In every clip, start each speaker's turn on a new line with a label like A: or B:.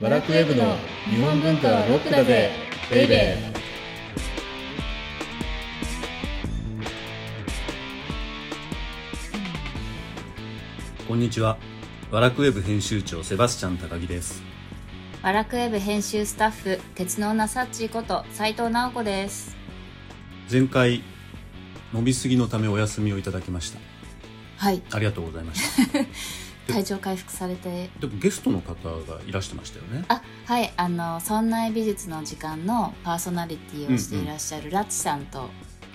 A: バラクウェブの日本文化はロックだぜベイベー
B: こんにちは。ワラクウェブ編集長セバスチャン高木です。
C: ワラクウェブ編集スタッフ鉄の女サッチーこと斉藤直子です
B: 前回飲みすぎのためお休みをいただきまし
C: はい
B: た。ありがとうございました。
C: 体調回復されて
B: でもゲストの方がいらしてましたよね。
C: あはいあの「村内美術の時間」のパーソナリティをしていらっしゃるラッチさんと、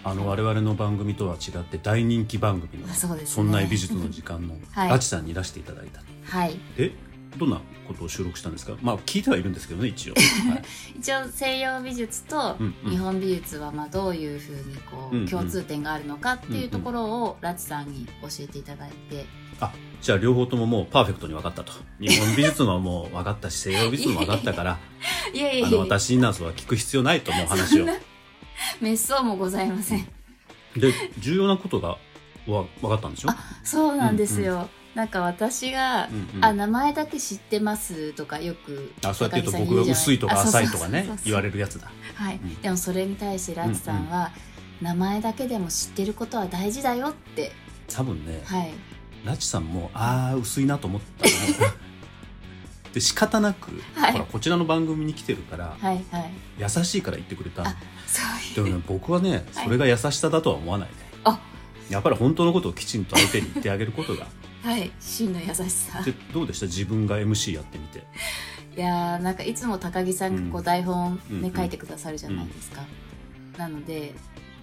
B: あの我々の番組とは違って大人気番組の
C: あそうです
B: そ
C: ね
B: んな美術の時間の
C: はい
B: ラチさんにいらしていただいた。
C: はい
B: で、どんなことを収録したんですか。まあ聞いてはいるんですけどね一 応。はい
C: 一応西洋美術と
B: うんうん
C: 日本美術はまあどういうふうにこ
B: うんうん
C: う共通点があるのかっていうところをラッチさんに教えていただいて
B: あじゃあ両方とももうパーフェクトに分かったと日本美術のはもう分かったし西洋美術のも分かったから
C: い やいや
B: あ
C: いや
B: の私になんそは聞く必要ないともう話を
C: 滅相もございません
B: で重要なことがわ分かったんでしょ
C: そうなんですよ、なんか私が
B: うんうん
C: あ名前だけ知ってますとかよく
B: あそうやって言うと
C: 高
B: 僕が
C: 木さんに言じゃない
B: 薄いとか
C: あそう
B: 浅いとかね
C: そうそうそう
B: 言われるやつだ
C: はい、
B: うん
C: でもそれに対してラツさんは、名前だけでも知ってることは大事だよって
B: 多分ね、
C: はい
B: ラチさんもああ薄いなと思ったの で仕方なく、
C: はい
B: ほらこちらの番組に来てるから、
C: はいはい
B: 優しいから言ってくれたの
C: あそう
B: で
C: いう
B: もね僕はねそれが優しさだとは思わないね、
C: あ
B: やっぱり本当のことをきちんと相手に言ってあげること が
C: はい真の優しさ
B: でどうでした自分が MC やってみて
C: いやーなんかいつも高木さんがこ
B: う
C: うん台本、ね
B: うんうん
C: 書いてくださるじゃないですか、なので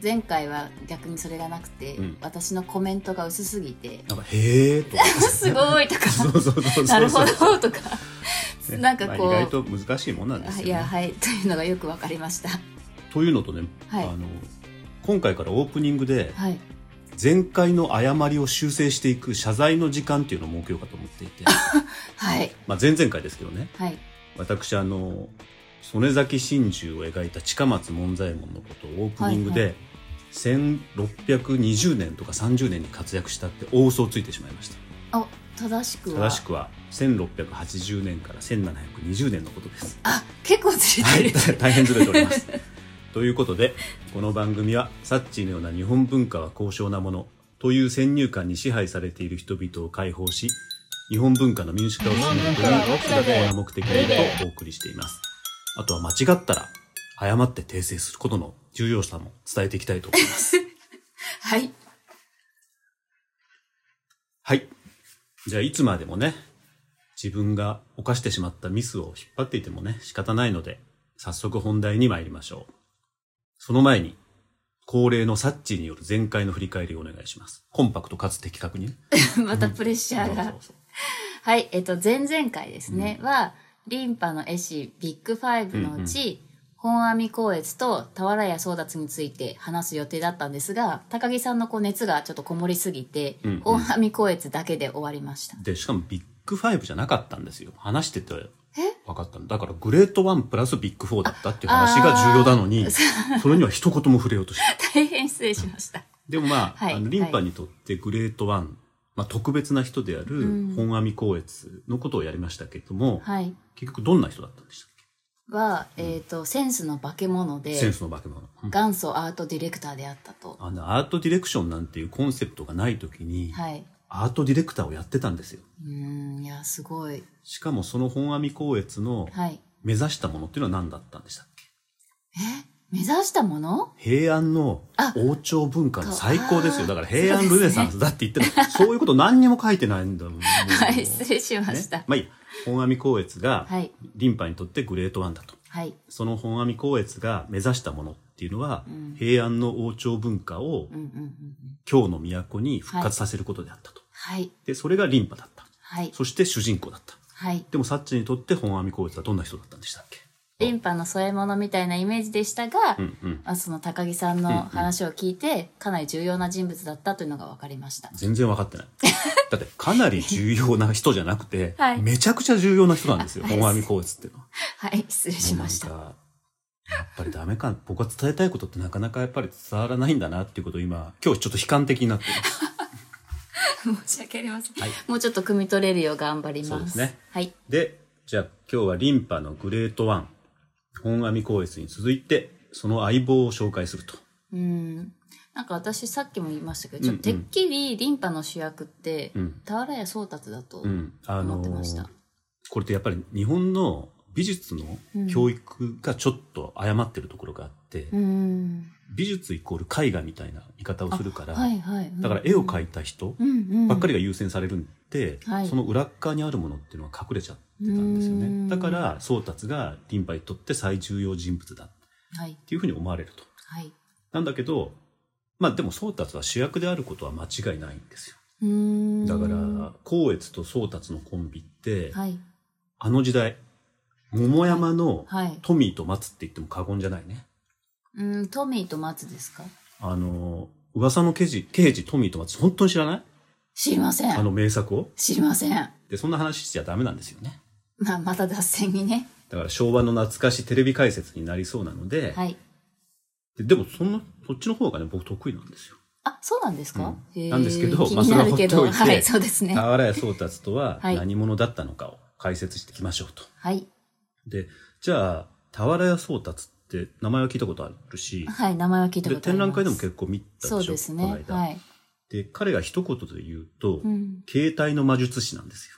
C: 前回は逆にそれがなくて、
B: うん
C: 私のコメントが薄すぎ て
B: なんかへえとか
C: 「 すごい!」と か
B: そうそうそうそうそう
C: 「なるほど」とか
B: ね
C: なんかこう、
B: まあ意外と難しいもんなんですよ、
C: い
B: ね、
C: やはいというのがよくわかりました
B: というのとね、
C: はい
B: あの今回からオープニングで
C: はい
B: 前回の誤りを修正していく謝罪の時間っていうのを設けようかと思っていて
C: はい
B: まあ前々回ですけどね
C: はい
B: 私あの曽根崎真珠を描いた近松門左衛門のことをオープニングで、
C: はい
B: 1620年とか30年に活躍したって大嘘をついてしまいました
C: お正しく
B: 正
C: は
B: しくは1680年から1720年のことです
C: あ結構ず
B: は
C: れ
B: い
C: て る、、
B: 大変ずれており ます。ということで、この番組は、サッチーのような日本文化は高尚なものという先入観に支配されている人々を解放し、日本文化の民主化を進めるという高尚な目的のもとをお送りしています。あとは間違ったら、誤って訂正することの重要さも伝えていきたいと思います。
C: はい
B: はい。じゃあ、いつまでもね、自分が犯してしまったミスを引っ張っていてもね、仕方ないので、早速本題に参りましょう。その前に、恒例のサッチーによる前回の振り返りをお願いします。コンパクトかつ的確にね。
C: またプレッシャーが、
B: そう
C: はいえっと前々回ですね、はリンパの絵師ビッグファイブのうち、本阿弥光悦と俵屋宗達について話す予定だったんですが高木さんのこう熱がちょっとこもりすぎて、
B: うんうん
C: 本阿弥光悦だけで終わりました
B: で、しかもビッグファイブじゃなかったんですよ。話してて分かったの。だから、グレートワンプラスビッグフォーだったっていう話が重要なのに、 それには一言も触れようとして
C: 大変失礼しました
B: でもまあ、
C: はい
B: あのリンパにとってグレートワン、まあ、特別な人である本阿弥光悦のことをやりましたけれども、
C: はい
B: 結局どんな人だったんでしたっ
C: は、えっとセンスの化け物
B: け、
C: で
B: センスの化け物、うん
C: 元祖アートディレクターであったと
B: あのアートディレクションなんていうコンセプトがない時に、
C: はい
B: アートディレクターをやってたんですよ
C: うーんいやすごい
B: しかもその本阿弥光悦の
C: はい
B: 目指したものっていうのは何だったんでしたっけ
C: 目指したもの
B: 平安の
C: あ
B: 王朝文化の最高ですよ。
C: あ
B: だから平安ルネサンスだって言ってた、そういうこと何にも書いてないんだもん。もう
C: はい失礼しました、
B: ねまあいいや。本阿弥光悦が
C: はい、
B: リンパにとってグレートワンだと。
C: はい
B: その本阿弥光悦が目指したものっていうのは、
C: うん
B: 平安の王朝文化を
C: うんうんうんうん
B: 京の都に復活させることであったと。
C: はい
B: で、それがリンパだった。
C: はい
B: そして主人公だった。
C: はい
B: でも、サッチにとって本阿弥光悦はどんな人だったんでしたっけ
C: リンパの添え物みたいなイメージでしたが、
B: うんうん。
C: まあ、その高木さんの話を聞いて、かなり重要な人物だったというのが分かりました
B: 全然分かってない。 だって、かなり重要な人じゃなくて、
C: はい
B: めちゃくちゃ重要な人なんですよ、
C: あはい
B: 本阿弥光悦っていうのは。
C: はい失礼しました
B: もうなんかやっぱりダメか僕が伝えたいことってなかなかやっぱり伝わらないんだなっていうことを今今日ちょっと悲観的になってます
C: 申し訳ありません、
B: はい
C: もうちょっと汲み取れるよう頑張ります
B: そうですね
C: はい
B: でじゃあ今日はリンパのグレートワン、本阿弥光悦に続いて、その相棒を紹介すると。
C: うん。なんか私さっきも言いましたけど、ちょっと
B: う
C: て
B: ん
C: っ
B: うん
C: きりリンパの主役って、
B: うん
C: 俵屋宗達だと
B: うん。あ
C: 思
B: の
C: ってまし
B: ー
C: た。
B: これってやっぱり日本の美術の教育がちょっと誤ってるところがあって、
C: うん。
B: 美術イコール絵画みたいな言い方をするから、
C: はいはい。
B: だから絵を描いた人ばっかりが優先されるんで、
C: はい
B: その裏っ側にあるものっていうのは隠れちゃってたんですよ
C: うーん
B: ねだから宗達がリンパにとって最重要人物だっ
C: り。はい。
B: ていうふうに思われると
C: はい。
B: なんだけどまあでも宗達は主役であることは間違いないんですよ
C: うん。
B: だから光悦と宗達のコンビって、
C: はい。
B: あの時代桃山の
C: はい。
B: トミーと松って言っても過言じゃないね
C: うん、トミーと松ですか
B: あの噂の刑事刑事トミーと松本当に知らない
C: 知りませ
B: あ
C: ん。
B: の名作を
C: 知りません。
B: でそんな話しちゃダメなんですよね
C: まあ、また脱線にね。
B: だから昭和の懐かしテレビ解説になりそうなので、
C: はい。
B: ででもそのそっちの方がね僕得意なんですよ
C: あ、そうなんですか、
B: うん
C: へー
B: なんですけど
C: 気
B: まあ
C: になるけど、
B: それは放っておい
C: は
B: て
C: い、そうですね。
B: 俵屋宗達とは
C: はい
B: 何者だったのかを解説していきましょうと、
C: はい。
B: でじゃあ俵屋宗達って名前は聞いたことあるし、
C: はい、名前は聞いたこ
B: で
C: とあり
B: 展覧
C: ます。
B: 会でも結構見たでしょ
C: そうです
B: この
C: ね。
B: 間、
C: はい。
B: で彼が一言で言うと、
C: うん。
B: 携帯の魔術師なんですよ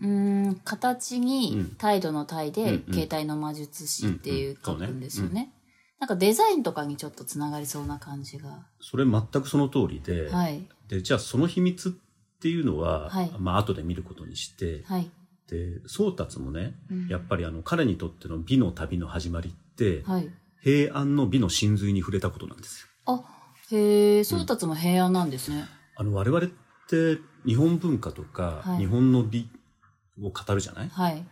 C: うーん、形
B: う
C: に
B: ん
C: 態度の態で、
B: うんうん
C: 携帯の魔術師っていう書くんですよね。
B: うん
C: なんかデザインとかにちょっとつながりそうな感じが。
B: それ全くその通りで、
C: はい。
B: でじゃあその秘密っていうのは、
C: はい
B: まあ後で見ることにして、
C: はい。
B: で宗達もね、
C: うん
B: やっぱりあの彼にとっての美の旅の始まりって、
C: はい。
B: 平安の美の真髄に触れたことなんですよ
C: あ、へえ、宗達も平安なんですね。
B: あの我々って日本文化とか、
C: はい
B: 日本の美を語るじゃない
C: はい。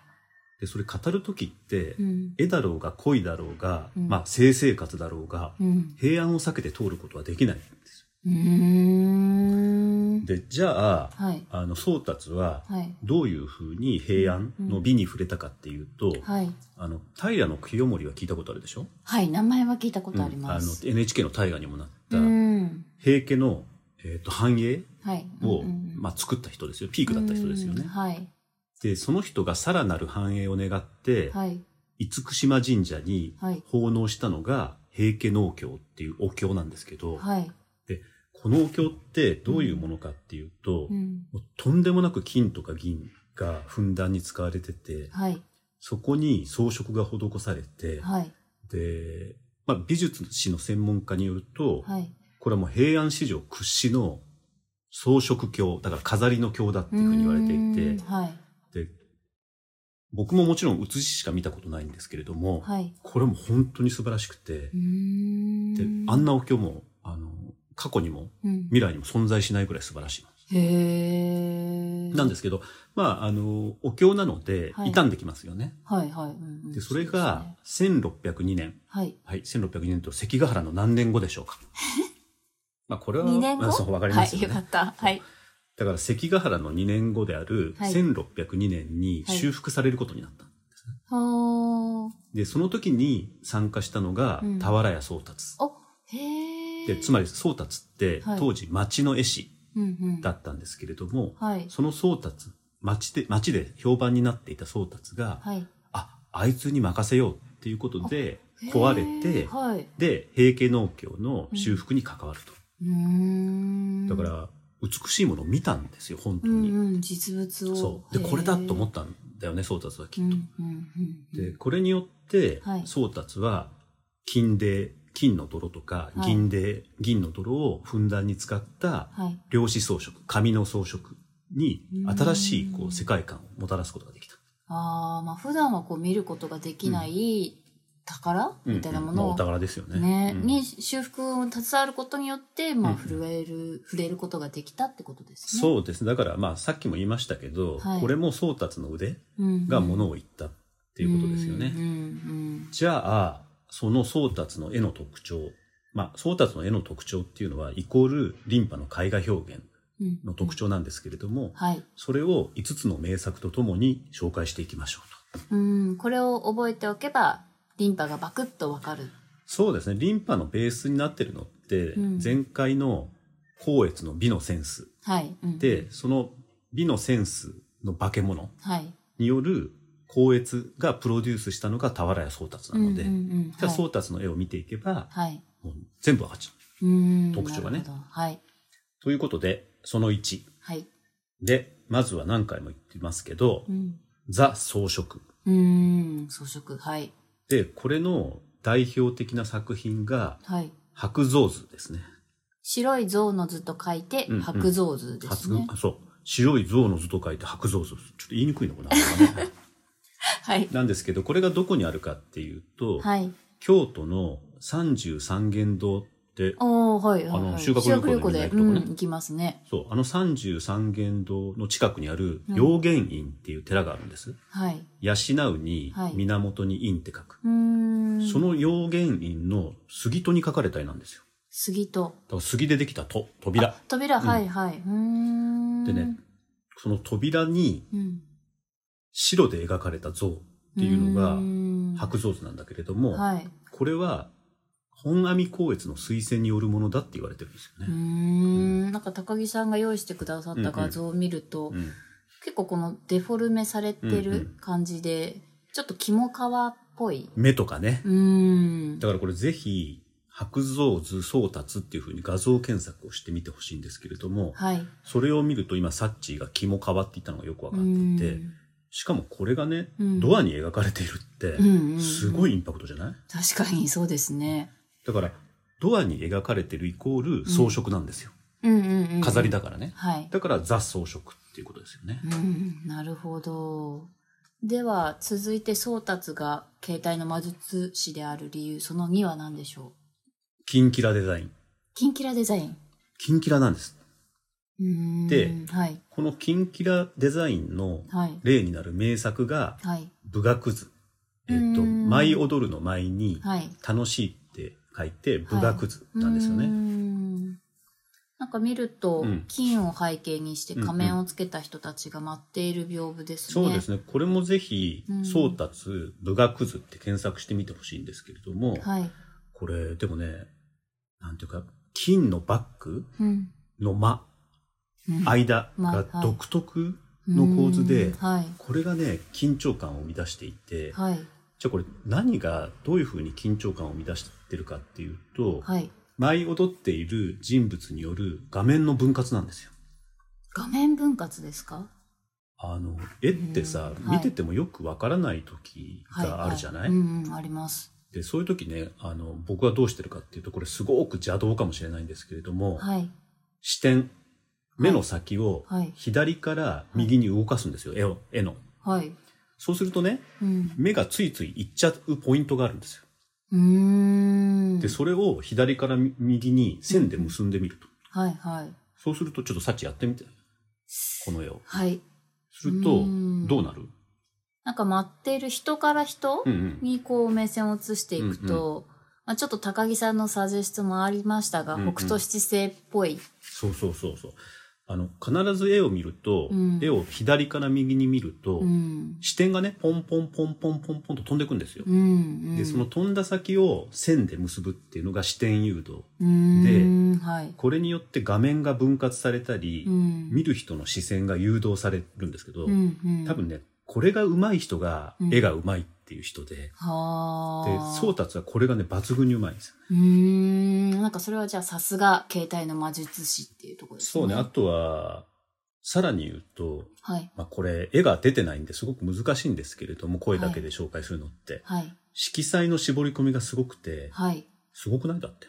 B: でそれ語る時って、
C: うん。
B: 絵だろうが恋だろうが、
C: うん
B: まあ性生活だろうが、
C: うん。
B: 平安を避けて通ることはできないんです
C: うーん。
B: よでじゃあ
C: はい。
B: あの宗達は
C: はい。
B: どういうふうに平安の美に触れたかっていうと、
C: はい。
B: あの平清盛は聞いたことあるでしょ
C: はい。名前は聞いたことあり
B: あ
C: ま
B: の
C: す。
B: NHK の大河にもなった、
C: うん。
B: 平家の、えー、と繁栄
C: はい。
B: を、
C: うんうんうん
B: まあ、作った人ですよピークだった人ですよ
C: う
B: ね
C: ん。はい。
B: でその人がさらなる繁栄を願って、
C: はい。
B: 厳島神社に
C: はい。
B: 奉納したのが平家農協っていうお経なんですけど、
C: はい。
B: このお経ってどういうものかっていうと、
C: うん。
B: もうとんでもなく金とか銀がふんだんに使われてて
C: はい。
B: そこに装飾が施されて、
C: はい。
B: で、まあ、美術史の専門家によると、
C: はい。
B: これはもう平安史上屈指の装飾鏡だから飾りの鏡だっていうふうに言われて
C: う
B: い
C: んはい。
B: てで僕ももちろん写ししか見たことないんですけれども、
C: はい。
B: これも本当に素晴らしくて
C: う、ん。
B: であんなお経もあの過去にも
C: うん、
B: 未来にも存在しないぐらい素晴らしいの
C: へえ。
B: なんですけど、まあ、あのお経なので
C: はい
B: 傷んできますよね。
C: はいはい。うんうん
B: でそれ
C: うです
B: が
C: ね
B: 1602年
C: はい。
B: はい、1602年と関ヶ原の何年後でしょうか。まあこれは、
C: 二年後
B: まあ そうわかりますよね。
C: はい、よかった。はい。
B: だから関ヶ原の2年後である
C: はい
B: 1602年に修復されることになった。
C: はあ。
B: で、その時に参加したのが
C: うん
B: 俵屋宗達。
C: へえ。
B: で、つまり宗達って
C: はい
B: 当時町の絵師
C: り、うんうん、
B: だったんですけれども、
C: はい。
B: その宗達、町で、町で評判になっていた宗達が、
C: はい。
B: あ、あいつに任せようっていうことで
C: へー
B: 壊れて、
C: はい。
B: で、平家農協の修復に関わると。
C: うーん。
B: だか、ら、美しいものを見たんですよ、本当
C: うん
B: に。
C: うん、実物を。
B: そう。で、これだと思
C: て、
B: ったんだよね、宗達はき
C: う
B: っ
C: ん
B: と。
C: うんうんう
B: で、
C: ん、
B: これによって
C: はい、
B: 宗達は、金で、金の泥とか、
C: はい
B: 銀で、銀の泥をふんだんに使った、
C: はい。
B: 量子装飾、紙の装飾に
C: う、ん
B: 新しい、こう、世界観をもたらすことができた。
C: ああ、まあ普段はこう見ることができない宝、
B: うん
C: みたいなも
B: まあ
C: のを、
B: お宝ですよね。
C: ね
B: うん
C: に修復を携わることによって、ま
B: う
C: あ、
B: ん
C: 震える、触れることができたってことですね。
B: そうですね。だから、まあ、さっきも言いましたけど、
C: はい
B: これも宗達の腕
C: うん
B: がものを言ったっていうことですよね。
C: うんうん
B: じゃあ、その宗達の絵の特徴。まあ、宗達の絵の特徴っていうのは、イコールリンパの絵画表現
C: うんうん
B: の特徴なんですけれども、
C: はい。
B: それを5つの名作とともに紹介していきましょうと。
C: うん、これを覚えておけば、リンパがバクッとわかる。
B: そうですね、リンパのベースになってるのって
C: うん、
B: 前回の光悦の美のセンス
C: はい。うん、
B: で、その美のセンスの化け物
C: はい。
B: による光悦がプロデュースしたのが俵屋宗達なので、
C: うんうんうん
B: じゃあ
C: はい
B: 宗達の絵を見ていけば、
C: はい。
B: もう全部分かっちゃう。
C: うーん
B: 特徴がね
C: なるほどはい。
B: ということで、その1。
C: はい。
B: で、まずは何回も言ってますけど、
C: うん。
B: ザ装飾。
C: うーん。装飾。はい。
B: で、これの代表的な作品が、
C: はい。
B: 白象図ですね。
C: 白い象の図と書いて
B: うんうん、
C: 白象図です
B: 白
C: ね。
B: あそう。白い象の図と書いて白象図。ちょっと言いにくいのかな。なんかね
C: はい。
B: なんですけど、これがどこにあるかっていうと、
C: はい。
B: 京都の三十三元堂って、
C: おー、はい。はい
B: あの
C: はい
B: 修学旅行で
C: 修学
B: みんな行くとこね
C: うん、行きますね。
B: そう、あの三十三元堂の近くにある、陽元院っていう寺があるんです。
C: はい。
B: 養うに
C: はい
B: 源に院って書く。
C: うー
B: そ
C: ん。
B: の陽元院の杉戸に書かれた絵なんですよ。
C: 杉と。
B: だから杉でできた戸、扉。
C: 扉、
B: うん
C: はい、はい。うーん。
B: でね。、その扉に
C: うん。
B: 白で描かれた像っていうのが
C: の
B: 白象図なんだけれども、
C: はい。
B: これは本阿弥光悦の推薦によるものだって言われてるんですよ
C: うー
B: ね。
C: ん。なんか高木さんが用意してくださった画像を見ると、
B: うん
C: 結構このデフォルメされて
B: うんうん
C: る感じで、ちょっと肝皮っぽい。
B: 目とかね。
C: うーん。
B: だからこれぜひ、白象図宗達っていうふうに画像検索をしてみてほしいんですけれども、
C: はい。
B: それを見ると今サッチーが肝変わっていたのがよくわかっていて、しかもこれがね、
C: うん
B: ドアに描かれている
C: うん
B: っ
C: うんう
B: て、
C: ん
B: すごいインパクトじゃない
C: 確かにそうですね。
B: だから、ドアに描かれてるイコール装飾なんですよ。
C: うんうんうん。
B: 飾り。だからね。
C: はい。
B: だからザ装飾っていうことですよね。
C: うん、なるほど。では、続いて、宗達が携帯の魔術師である理由、その2は何でしょう
B: キンキラデザイン。
C: キンキラデザイン。
B: キンキラなんです。
C: うーん
B: で
C: はい。
B: このキンキラデザインの
C: はい。
B: 例になる名作が、
C: はい。
B: 舞楽図。えっ、と、
C: うん
B: 舞踊るの舞に、
C: はい。
B: 楽しいって書いて、舞楽図なんですよ
C: うー
B: ね。
C: んなんか見ると、
B: うん
C: 金を背景にして
B: うんうん
C: 仮面をつけた人たちが舞っている屏風ですね。
B: そうですね。これもぜひ
C: う、ん
B: 宗達、舞楽図って検索してみてほしいんですけれども、
C: はい。
B: これ、でもね、なんていうか、金のバッグ
C: うん。
B: の間、
C: うん
B: 間が
C: まはい
B: 独特の構図
C: う
B: で
C: ん、はい。
B: これがね、緊張感を生み出していて、
C: はい。
B: じゃあこれ何がどういうふうに緊張感を生み出してるかっていうと、
C: はい。
B: 舞い踊っている人物による画面の分割なんですよ。
C: 画面分割ですか
B: あの、絵ってさ、
C: うんはい
B: 見ててもよくわからない時
C: はい。
B: があるじゃない、
C: はいうんうん、あります。
B: で、そういう時ね、あの、僕はどうしてるかっていうと、これすごく邪道かもしれないんですけれども、
C: はい。
B: 視点、目の先を
C: はい
B: 左から右に動かすんですよ、絵を、絵の。
C: はい。
B: そうするとね、
C: うん。
B: 目がついつい行っちゃうポイントがあるんですよ。
C: うーん
B: で、。それを左から右に線で結んでみると。
C: はいはい。
B: そうすると、ちょっとサッチやってみて。この絵を。
C: はい。
B: すると
C: う、ん
B: どうなる
C: なんか舞っている人から人、
B: うんうん。
C: にこう目線を移していくと、まあ、ちょっと高木さんのサジェストもありましたが、
B: うんうん
C: 北斗七星っぽい。
B: そうそうそうそう。あの、必ず絵を見ると、
C: うん
B: 絵を左から右に見ると、
C: うん。
B: 視点がね、ポンポンポンポンポンポンと飛んでいくんですよ。
C: うん、うん。
B: で、その飛んだ先を線で結ぶっていうのが視点誘導。
C: うーん、はい。
B: これによって画面が分割されたり、
C: うん。
B: 見る人の視線が誘導されるんですけど、
C: うん、うん。
B: 多分ね、これが上手い人が、
C: うん
B: 絵が上手いっていう人で、
C: は
B: で、
C: あ。
B: 宗達はこれがね、抜群に上手いんですよ。
C: うーん。なんかそれはじゃあさすが携帯の魔術師っていうところですね。
B: そうね、あとは、さらに言うと、
C: はい。
B: まあ、これ絵が出てないんですごく難しいんですけれども声だけで紹介するのって、
C: はい。
B: 色彩の絞り込みがすごくて
C: はい。
B: すごくないだって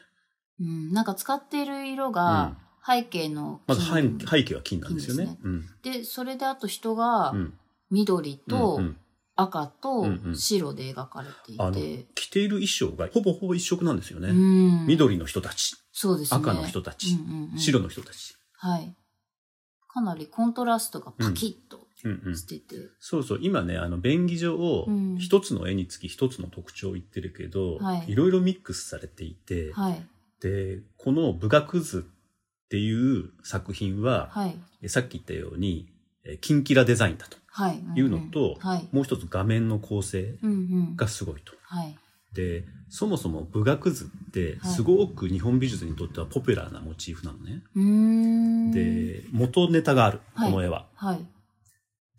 C: うん。なんか使っている色が背景の
B: まず背
C: 金
B: 背景は金なんですよね
C: で、それであと人が
B: うんうん
C: 緑と
B: うんうん
C: 赤と
B: うんうん
C: 白で描かれてい
B: あの
C: て。
B: 着ている衣装がほぼほぼ一色なんですよね、
C: うん
B: 緑の人たち
C: そうですね。
B: 赤の人たち、
C: うんうんうん
B: 白の人たち、
C: はい。かなりコントラストがパキッと
B: うんうん
C: してて。
B: そうそう今ねあの便宜上を
C: うん
B: 一つの絵につき一つの特徴を言ってるけど、
C: はい
B: ろいろミックスされていて、
C: はい。
B: でこの「舞楽図」っていう作品は、
C: はい。
B: えさっき言ったように、えーキンキラデザインだと。
C: はい。んん
B: いうのと
C: はい。
B: もう一つ画面の構成
C: うんうん。
B: がすごいと。
C: はい。
B: で、そもそも舞楽図って
C: はい
B: すごく日本美術にとってはポピュラーなモチーフなのね。
C: うーん。、
B: で、元ネタがある、
C: は
B: こ
C: い
B: の絵は。
C: はい。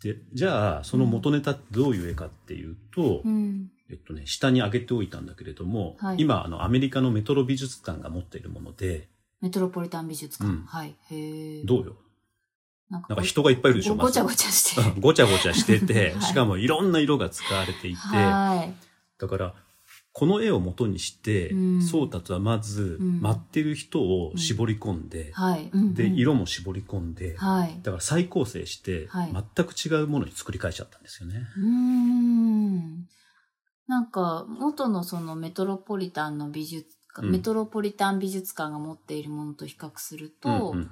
B: で、じゃあ、その元ネタってどういう絵かっていうと、
C: うん。
B: えっとね、下に上げておいたんだけれども、
C: はい
B: 今、あの、アメリカのメトロ美術館が持っているもので、
C: メトロポリタン美術館。
B: うん
C: はい。へえ。
B: どうよ
C: なん
B: なんか
C: こう
B: 人がいっぱいいるでしょ、
C: ごごちゃご
B: ち
C: ちゃして
B: ゃ。。 ごちゃごちゃしてて、
C: はい
B: しかもいろんな色が使われていて、
C: は
B: だから、この絵を元にして、
C: うん
B: ソータとはまず、
C: うん
B: 待ってる人を絞り込んで
C: い。、はい。うんうん
B: で、色も絞り込んで、
C: はい。
B: だから再構成して、
C: はい
B: 全く違うものに作り変えちゃったんですよね。
C: うーん。なんか、元のそのメトロポリタンの美術館、
B: うん
C: メトロポリタン美術館が持っているものと比較すると、
B: うんうん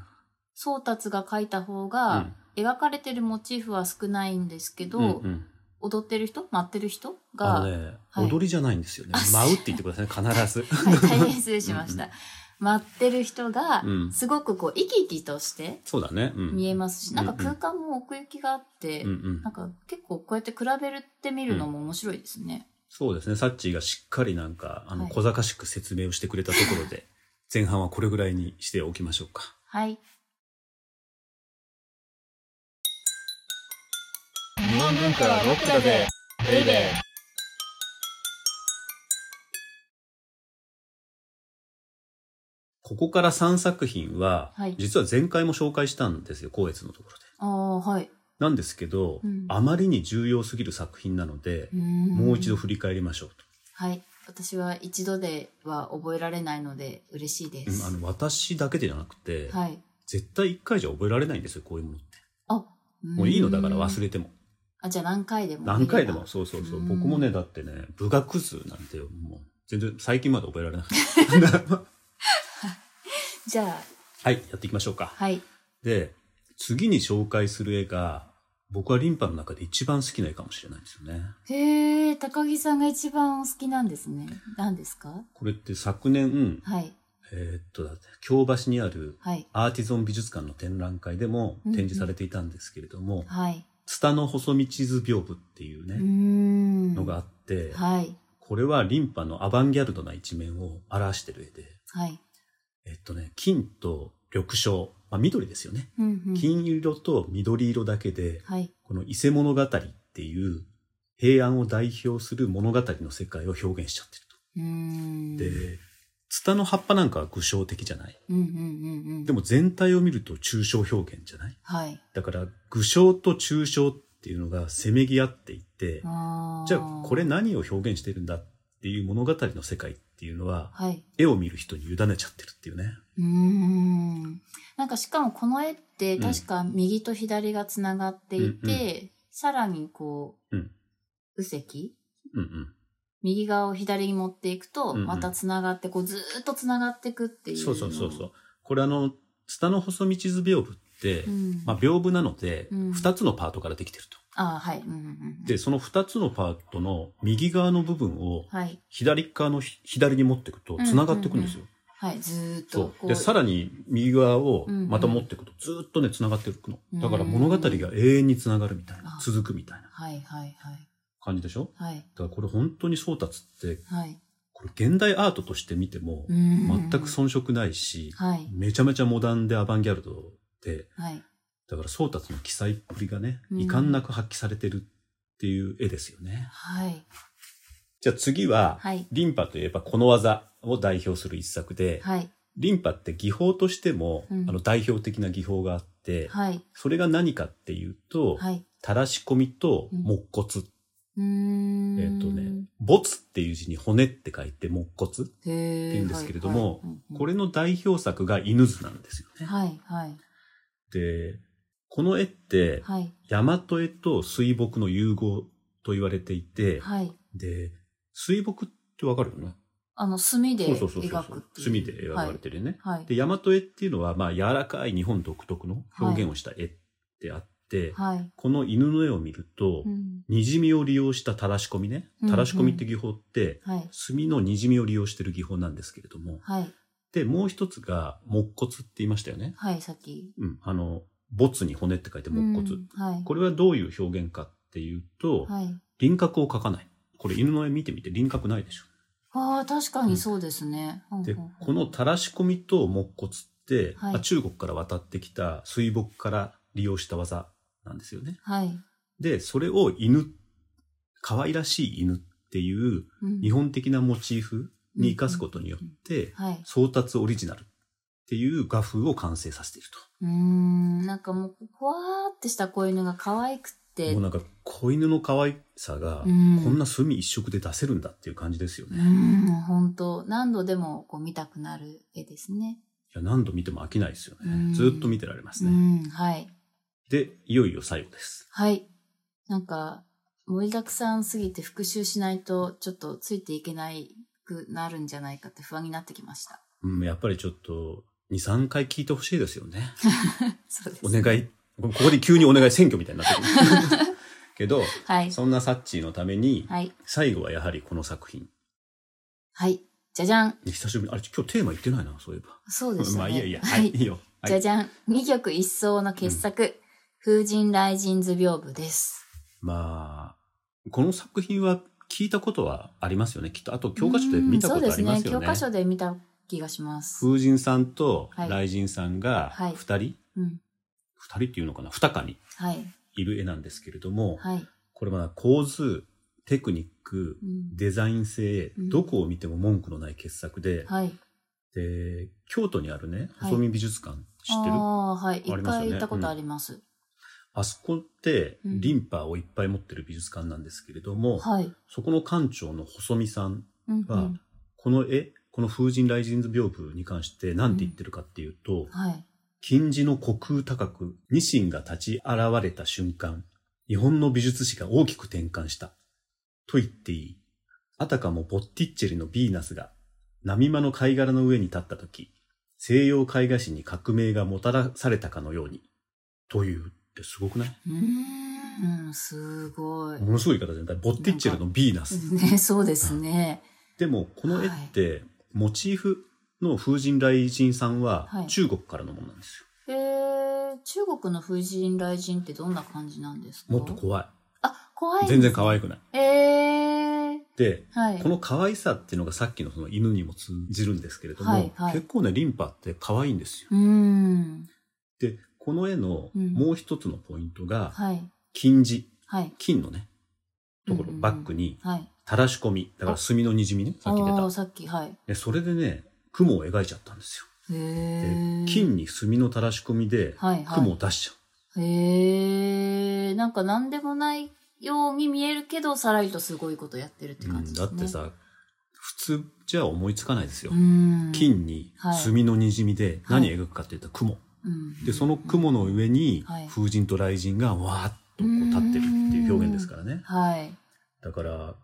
C: 宗達が描いた方が、描かれてるモチーフは少ないんですけど、
B: うんうん
C: 踊ってる人待ってる人が、
B: あのね、
C: はい
B: 踊りじゃないんですよね
C: あ。
B: 舞うって言ってくだ さいね、必ず。
C: はい、大変失礼しました。待ってる人が
B: う、ん
C: すごくこう、生き生きとして
B: そうだね。うん
C: 見えますし、なんか
B: うんうん
C: 空間も奥行きがあって、
B: うんうん
C: なんか結構こうやって比べるってみるのも面白いですね。
B: そうですね、サッチーがしっかりなんか、あの、
C: はい
B: 小賢しく説明をしてくれたところ で、前半はこれぐらいにしておきましょうか。
C: はい。
A: 日本文化はロックだぜベイベー
B: ここから3作品は、
C: はい
B: 実は前回も紹介したんですよ、光悦のところで。
C: ああ、はい。
B: なんですけど、
C: うん
B: あまりに重要すぎる作品なので、も
C: も
B: う一度。振り返りましょう
C: はい。私は一度では覚えられないので嬉しいで
B: と。うんあ
C: す。
B: の私だけでじゃなくて、
C: はい。
B: 絶対1回じゃ覚えられないんですよ、こういうものって。
C: あ、
B: もういいのだから忘
C: れ。
B: れても。
C: あ、じゃあ何回でも。
B: 何回でも、。そうそうそうう。
C: ん
B: 僕もね、だってね、部学図なんて、もう、全然最近まで覚えられなく て。
C: じゃあ、
B: はい、やっていきましょうか。
C: はい。
B: で、次に紹介する絵が、僕はリンパの中で一番好きな絵かもしれないんですよね。
C: へえ、高木さんが一番お好きなんですね。何ですか
B: これって昨年、
C: はい。
B: えーっと、だって京橋にある
C: はい。
B: アーティゾン美術館の展覧会でも
C: うんうん
B: 展示されていたんですけれども、
C: はい。
B: ツタの細道図屏風っていう
C: うー
B: ね、
C: ん。
B: のがあって、
C: はい。
B: これはリンパのアバンギャルドな一面を表してる絵で、
C: はい。
B: えっとね、金と緑青、まあ、緑ですよね。
C: うんうん。
B: 金色と緑色だけで、
C: はい。
B: この伊勢物語っていう平安を代表する物語の世界を表現しちゃって
C: うーん。
B: ると。で、ツタの葉っぱなんかは具象的じゃない。
C: うんうんうんうん。
B: でも全体を見ると抽象表現じゃない。
C: はい。
B: だから具象と抽象っていうのがせめぎ合っていて、
C: あー
B: じゃあこれ。何を表現してるんだっていう物語の世界っていうのは、
C: はい。
B: 絵を見る人に委ねちゃってるっていうね。
C: うーんなんかしかもこの絵って確か右と左がつながっていて、
B: うんうんう
C: さらにこう、
B: うん
C: 右石
B: うんうん。
C: 右側を左に持っていくと、
B: うんうん
C: またつながって、こうずーっとつながっていくっていう。
B: そうそうそうそう。これあの、ツタの細道図屏風って、
C: うん、
B: まあ屏風なので、
C: うん
B: 二つのパートからできてると。
C: ああ、はい。うんうんうん、
B: で、その二つのパートの右側の部分を、
C: はい。
B: 左側のひ左に持っていくと、
C: うん
B: 繋がっていくんですよ。
C: はい。ずーっと
B: そう。で、さらに右側を
C: うんうん
B: また持っていくと、ずーっとね、繋がっていくの。だから
C: うん
B: 物語が永遠に繋がるみたいな
C: あ、
B: 続くみたいな
C: はいはいはい。
B: 感じでしょ
C: はい。
B: だからこれ本当に宗達って、
C: はい。
B: これ現代アートとして見ても、全
C: 全
B: く遜色ないし、
C: はい。
B: めちゃめちゃモダンでアバンギャルドで、
C: はい。
B: だから、宗達の記載っぷりがね、
C: うん
B: 遺憾なく発揮されてるっていう絵ですよね。
C: はい。
B: じゃあ次は、
C: はい
B: リンパといえばこの技を代表する一作で、
C: はい。
B: リンパって技法としても、
C: うん
B: あの代表的な技法があって、
C: はい。
B: それが何かっていうと、
C: はい。
B: 垂らし込みと
C: うん
B: 木骨。
C: うーん。
B: えっ、とね、没っていう字に骨って書いて木骨。
C: へー。って
B: 言うんですけれどもこ
C: れ、
B: れの代表作が犬図なんですよね。
C: はいはい。
B: で、この絵って、
C: はい。
B: 大和絵と水墨の融合と言われていて、
C: はい。
B: で、水墨ってわかるよね。
C: あの、墨で
B: そうそうそう
C: 描
B: そ
C: くっ
B: う。
C: ていう。
B: 墨で描かれてるよね。
C: はい。
B: で、大和絵っていうのは、まあ、柔らかい日本独特の表現をした絵ってあって、
C: はい。はい。
B: この犬の絵を見ると、
C: うん
B: にじみを利用した垂らし込みね。
C: うん
B: 垂らし込みって技法って、
C: はい。
B: 墨のにじみを利用してる技法なんですけれども。
C: はい。
B: で、もう一つが、木骨って言いましたよね。
C: はい、さっき。
B: うん。あの、没に骨って書いて木骨。
C: うんはい。
B: これはどういう表現かっていうと、
C: はい。
B: 輪郭を描かない。これ犬の絵見てみて輪郭ないでしょ。
C: ああ、確かにそうですね。
B: で、
C: ほんほんほん
B: この垂らし込みと木骨って、
C: はい
B: まあ中国から渡ってきた水墨から利用した技なんですよね。
C: はい。
B: で、それを犬、可愛らしい犬っていう
C: うん
B: 日本的なモチーフに生かすことによって、
C: はい。
B: 宗達オリジナルっていう画風を完成させている
C: うーん、なんかもう、ふわーってした子犬が可愛く
B: と。
C: て。
B: もうなんか、子犬の可愛さが、こ
C: うん
B: んな墨一色で出せるんだっていう感じですよ
C: う
B: ね。
C: ん、本当何度でもこう見たくなる絵ですね。
B: いや何度見ても飽きないですよ
C: うん
B: ね。ずっと見てられます
C: う
B: ね。
C: ん、はい。
B: で、いよいよ最後です。
C: はい。なんか、盛りだくさんすぎて復習しないと、ちょっとついていけないくなるんじゃないかって不安になってきました。
B: うん、やっぱりちょっと、2、3回聞いてほしいですよ ね。
C: そうです。
B: お願い。ここで急にお願い選挙みたいになってく る。けど、
C: はい。
B: そんなサッチーのために、
C: はい。
B: 最後はやはりこの作品。
C: はい。じゃじゃん。
B: 久しぶりに、あれ、今日テーマ言ってないな、そういえば。
C: そうでしたね。
B: まあいいやいいや、
C: は
B: はい、い
C: い。
B: いよ。はい
C: じゃじゃん。二曲一層の傑作、風神雷神図屏風です。
B: まあ、この作品は聞いたことはありますよね。きっと、あと教科書で見たこ
C: うんそうで
B: とありますよね。
C: 教科書で見た気がします。
B: 風神さんと
C: はい
B: 雷神さんが
C: はい
B: 二人、二
C: うん。
B: 人っていうのかな、二かに
C: はい。
B: いる絵なんですけれども、
C: はい。
B: これまあ構図、テクニック
C: う、ん
B: デザイン性、
C: うん
B: どこを見ても文句のない傑作で、
C: はい。
B: で、京都にあるね、
C: はい
B: 細見美術館、知ってるあ
C: ああー、はい。
B: あ
C: 一
B: りますよね
C: 回行ったことあります。
B: そこって、
C: うん
B: リンパをいっぱい持ってる美術館なんですけれども、
C: はい。
B: そこの館長の細見さん
C: うん、う
B: は、
C: ん。
B: この絵、この風神雷神図屏風に関して何て言ってるかっていうと、
C: はい。
B: 金字の虚空高く、ニシンが立ち現れた瞬間、日本の美術史が大きく転換した。と言っていい。あたかもボッティッチェリのヴィーナスが、波間の貝殻の上に立った時、西洋絵画史に革命がもたらされたかのように。というってすごくないう
C: ーん、すごい。
B: ものすごい言い方じゃないボッティッチェリのヴィーナス。
C: ね、そうですね。
B: でも、この絵って、モチーフの風神雷神さんは
C: はい
B: 中国からのものなんです
C: えー、中国の風神雷神ってどんな感じなんですか
B: よ。もっと怖
C: あ、怖い
B: い。
C: んです
B: 全然可愛くない。
C: えー、
B: で、
C: はい。
B: この可愛さっていうのがさっきのその犬にも通じるんですけれども、
C: はいはい
B: 結構ね、リンパって可愛いんですよ。
C: うーん。
B: で、この絵の
C: うん
B: もう一つのポイントが、
C: はい。
B: 金字、
C: はい。
B: 金のね、ところ、
C: うんうん
B: バックに
C: はい。
B: 垂らし込み、だから墨のにじみね、さっき出
C: あ
B: た
C: ー。さっき、はい。
B: でそれでね、雲を描いちゃったんです
C: へ
B: よ。で
C: ー。
B: 金に墨の垂らし込みで、
C: はいはい
B: 雲を出しちゃう。
C: へえ、なんか何でもないように見えるけど、さらりとすごいことやってるって
B: う
C: 感
B: ん
C: じで
B: だ
C: すね。
B: って。さ、普通じゃ思いつかないですよ
C: う。ん。。
B: 金に墨のにじみで何描くかっていったら雲。
C: うん。
B: で、その雲の上に
C: はい
B: 風神と雷神がわーっとこう立ってるっていう表現ですからね。
C: はい。
B: だから、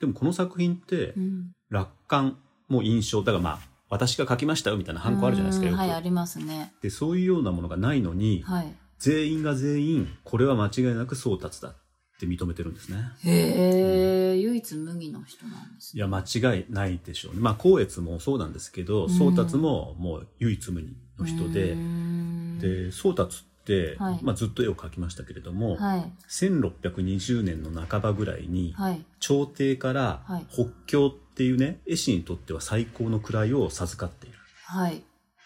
B: でもこの作品って
C: うん。
B: 楽観も印象、だからまあ、私が書きましたよみたいなハンコあるじゃないですか、
C: うん
B: よ
C: はい、あ
B: く。
C: りますね。
B: で、そういうようなものがないのに、
C: はい。
B: 全員が全員、これは間違いなく宗達だって認めてるんですね。
C: へえ、唯一無二の人なんです
B: い
C: ね。
B: や、間違いないでしょうね。まあ、光悦もそうなんですけど、
C: ん
B: 宗達ももう唯一無二の人で
C: うー、ん、
B: で、宗達って、
C: はい
B: まあ、ずっと絵を描きましたけれども、
C: はい。
B: 1620年の半ばぐらいに、
C: はい。
B: 朝廷から
C: はい
B: 北京っていうね、絵師にとっては最高の位を授かっている。
C: はい。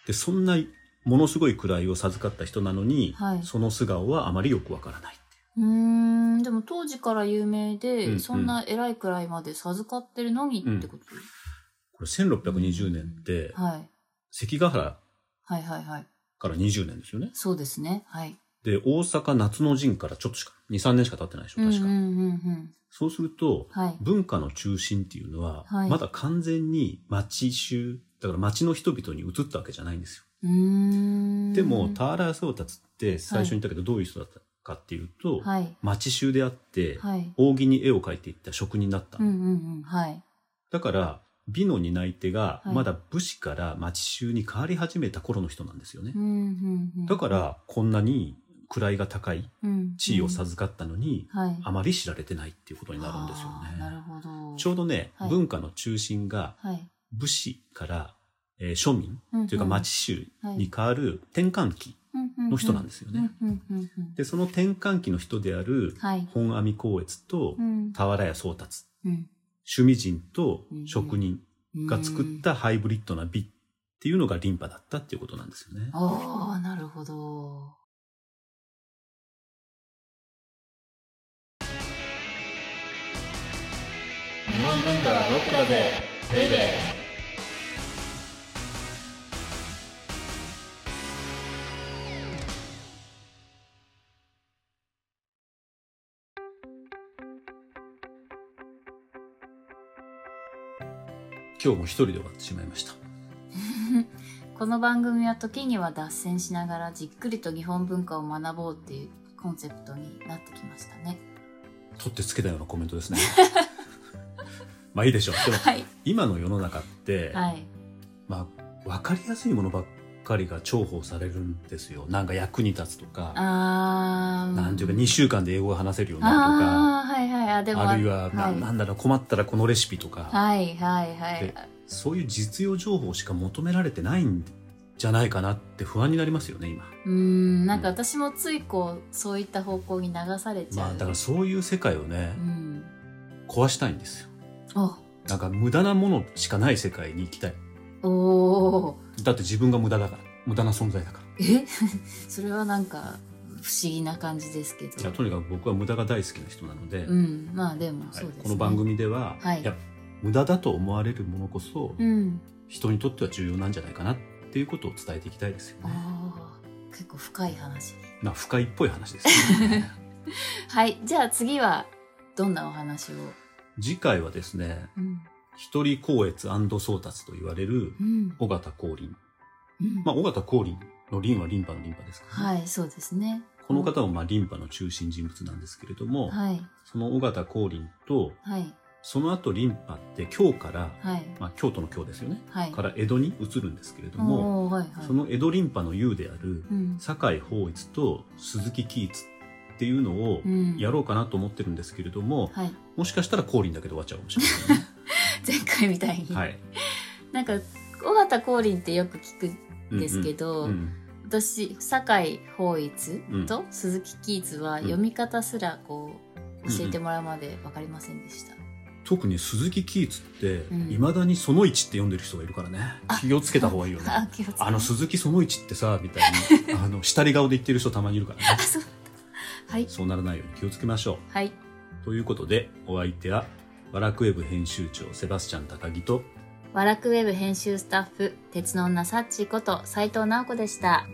B: で、そんなものすごい位を授かった人なのに、
C: はい
B: その素顔はあまりよくわからない。
C: うーん、でも当時から有名で、
B: うんうん
C: そんな偉いくらいまで授かってるのにってこと、
B: これ1620年って、
C: はい。
B: 関ヶ原
C: はいはいはい。
B: から20年ですよね。
C: そうですね。はい。
B: で、大阪夏の陣からちょっとしか、2、3年しか経ってないでしょ、確か。
C: うんうんうんうん。
B: そうすると、
C: はい。
B: 文化の中心っていうのは、
C: はい
B: まだ完全に町衆、だから町の人々に移ったわけじゃないんですよ。
C: うーん。
B: でも、田原宗達って最初に言ったけど、どういう人だったかっていうと、
C: はい。
B: 町衆であって、
C: はい。
B: 扇に絵を描いていった職人だった。
C: うんうんうん。はい。
B: だから、美の担い手が、
C: はい
B: まだ武士から町衆に変わり始めた頃の人なんですよね。
C: うんうんうん。
B: だから、こんなに位が高い
C: うん、
B: 地位を授かったのに、
C: うん、はい。
B: あまり知られてないっていうことになるんですよ
C: あーなる
B: ね。
C: ほど。
B: ちょうどね、
C: はい
B: 文化の中心が
C: はい。
B: 武士から、えー庶民というか町衆に変わる転換期の
C: の
B: 人なん
C: で
B: ですよ
C: す
B: ね。。
C: うんうんうんうん
B: で、その転換期の人である
C: はい。
B: 本阿弥光悦と
C: うん
B: 俵屋宗達、
C: うん
B: 趣味人と職人が作っ。
C: うん
B: たハイブリッドな美っていうのがリンパだったっていうことなんですよね。
C: ああ、なるほど。
A: 本文化はロックだぜベイベー
B: 今日も一人で終わってしまいました
C: この番組は時には脱線しながらじっくりと日本文化を学ぼうっていうコンセプトになってきましたね。
B: 取ってつけたようなコメントです ねまあいいでしょうでも
C: はい。
B: 今の世の中って、
C: はい。
B: まあ分かりやすいものばっかりが重宝されるんですよなんか役に立つとか
C: あー。
B: なんていうか2週間で英語が話せるようになる
C: あー、はいはい。あ、で
B: と
C: も、
B: かあるいは、な
C: はい、
B: なんだろう困ったらこのレシピとか、
C: はいはいはい
B: で。そういう実用情報しか求められてないんじゃないかなって不安になりますよね今
C: うーん、なんか私もついこう、そういった方向に流されちゃ
B: ま
C: う。
B: あだからそういう世界をね
C: うん。
B: 壊したいんですよ
C: お、
B: なんか無駄なものしかない世界に行きたい
C: おー。
B: だって自分が無駄だから無駄な存在だから
C: え それはなんか、不思議な感じですけ
B: いや
C: ど。
B: とにかく僕は無駄が大好きな人なので、
C: うん、まあでも
B: は
C: そ
B: いう
C: です、ね
B: この番。組では、
C: はい
B: や無駄だと思われるものこそ、
C: うん。
B: 人にとっては重要なんじゃないかなっていうことを伝えていきたいですよね、
C: あー、結構深い話。
B: まあ不快っぽい話ですよ ね
C: はい。じゃあ次は、どんなお話を。
B: 次回はですね
C: うん。
B: 一人公越宗達と言われる
C: うん。
B: 尾形光琳
C: うん
B: まあ尾形光琳の琳はリンパのリンパですからね、
C: はい、そうですね。
B: この方もまあリンパの中心人物なんですけれども、
C: はい、
B: その尾形光琳と
C: はい、
B: その後リンパって京から、
C: はい、
B: まあ、京都の京ですよね
C: はい。
B: から江戸に移るんですけれども、
C: おーはい、はい。
B: その江戸リンパの雄である
C: うん、
B: 酒井法一と鈴木喜一っていうのを
C: うん
B: やろうかなと思ってるんですけれども、
C: はい。
B: もしかしたら降臨だけで終わっちゃうかもしれない ね。
C: 前回みたいに。
B: はい。
C: なんか、尾形光琳ってよく聞く
B: うん
C: んですけど、
B: うんうん
C: 私、酒井法一と鈴木キーツは読み方すらこう、
B: うん
C: 教えてもらうまで分かりませんでした。
B: 特に鈴木喜一って
C: ん
B: いまだに「その一」って読んでる人がいるからね気をつけた方がいいよ
C: あ
B: ね、
C: 気をつけ
B: あの鈴木その一ってさみたいに あの下り顔で言ってる人たまにいるからね
C: そうはい、
B: そうならないように気をつけましょ
C: はい。
B: うということでお相手はワラクウェブ編集長セバスチャン高木と
C: ワラクウェブ編集スタッフ、鉄の女サッチこと斉藤直子でした。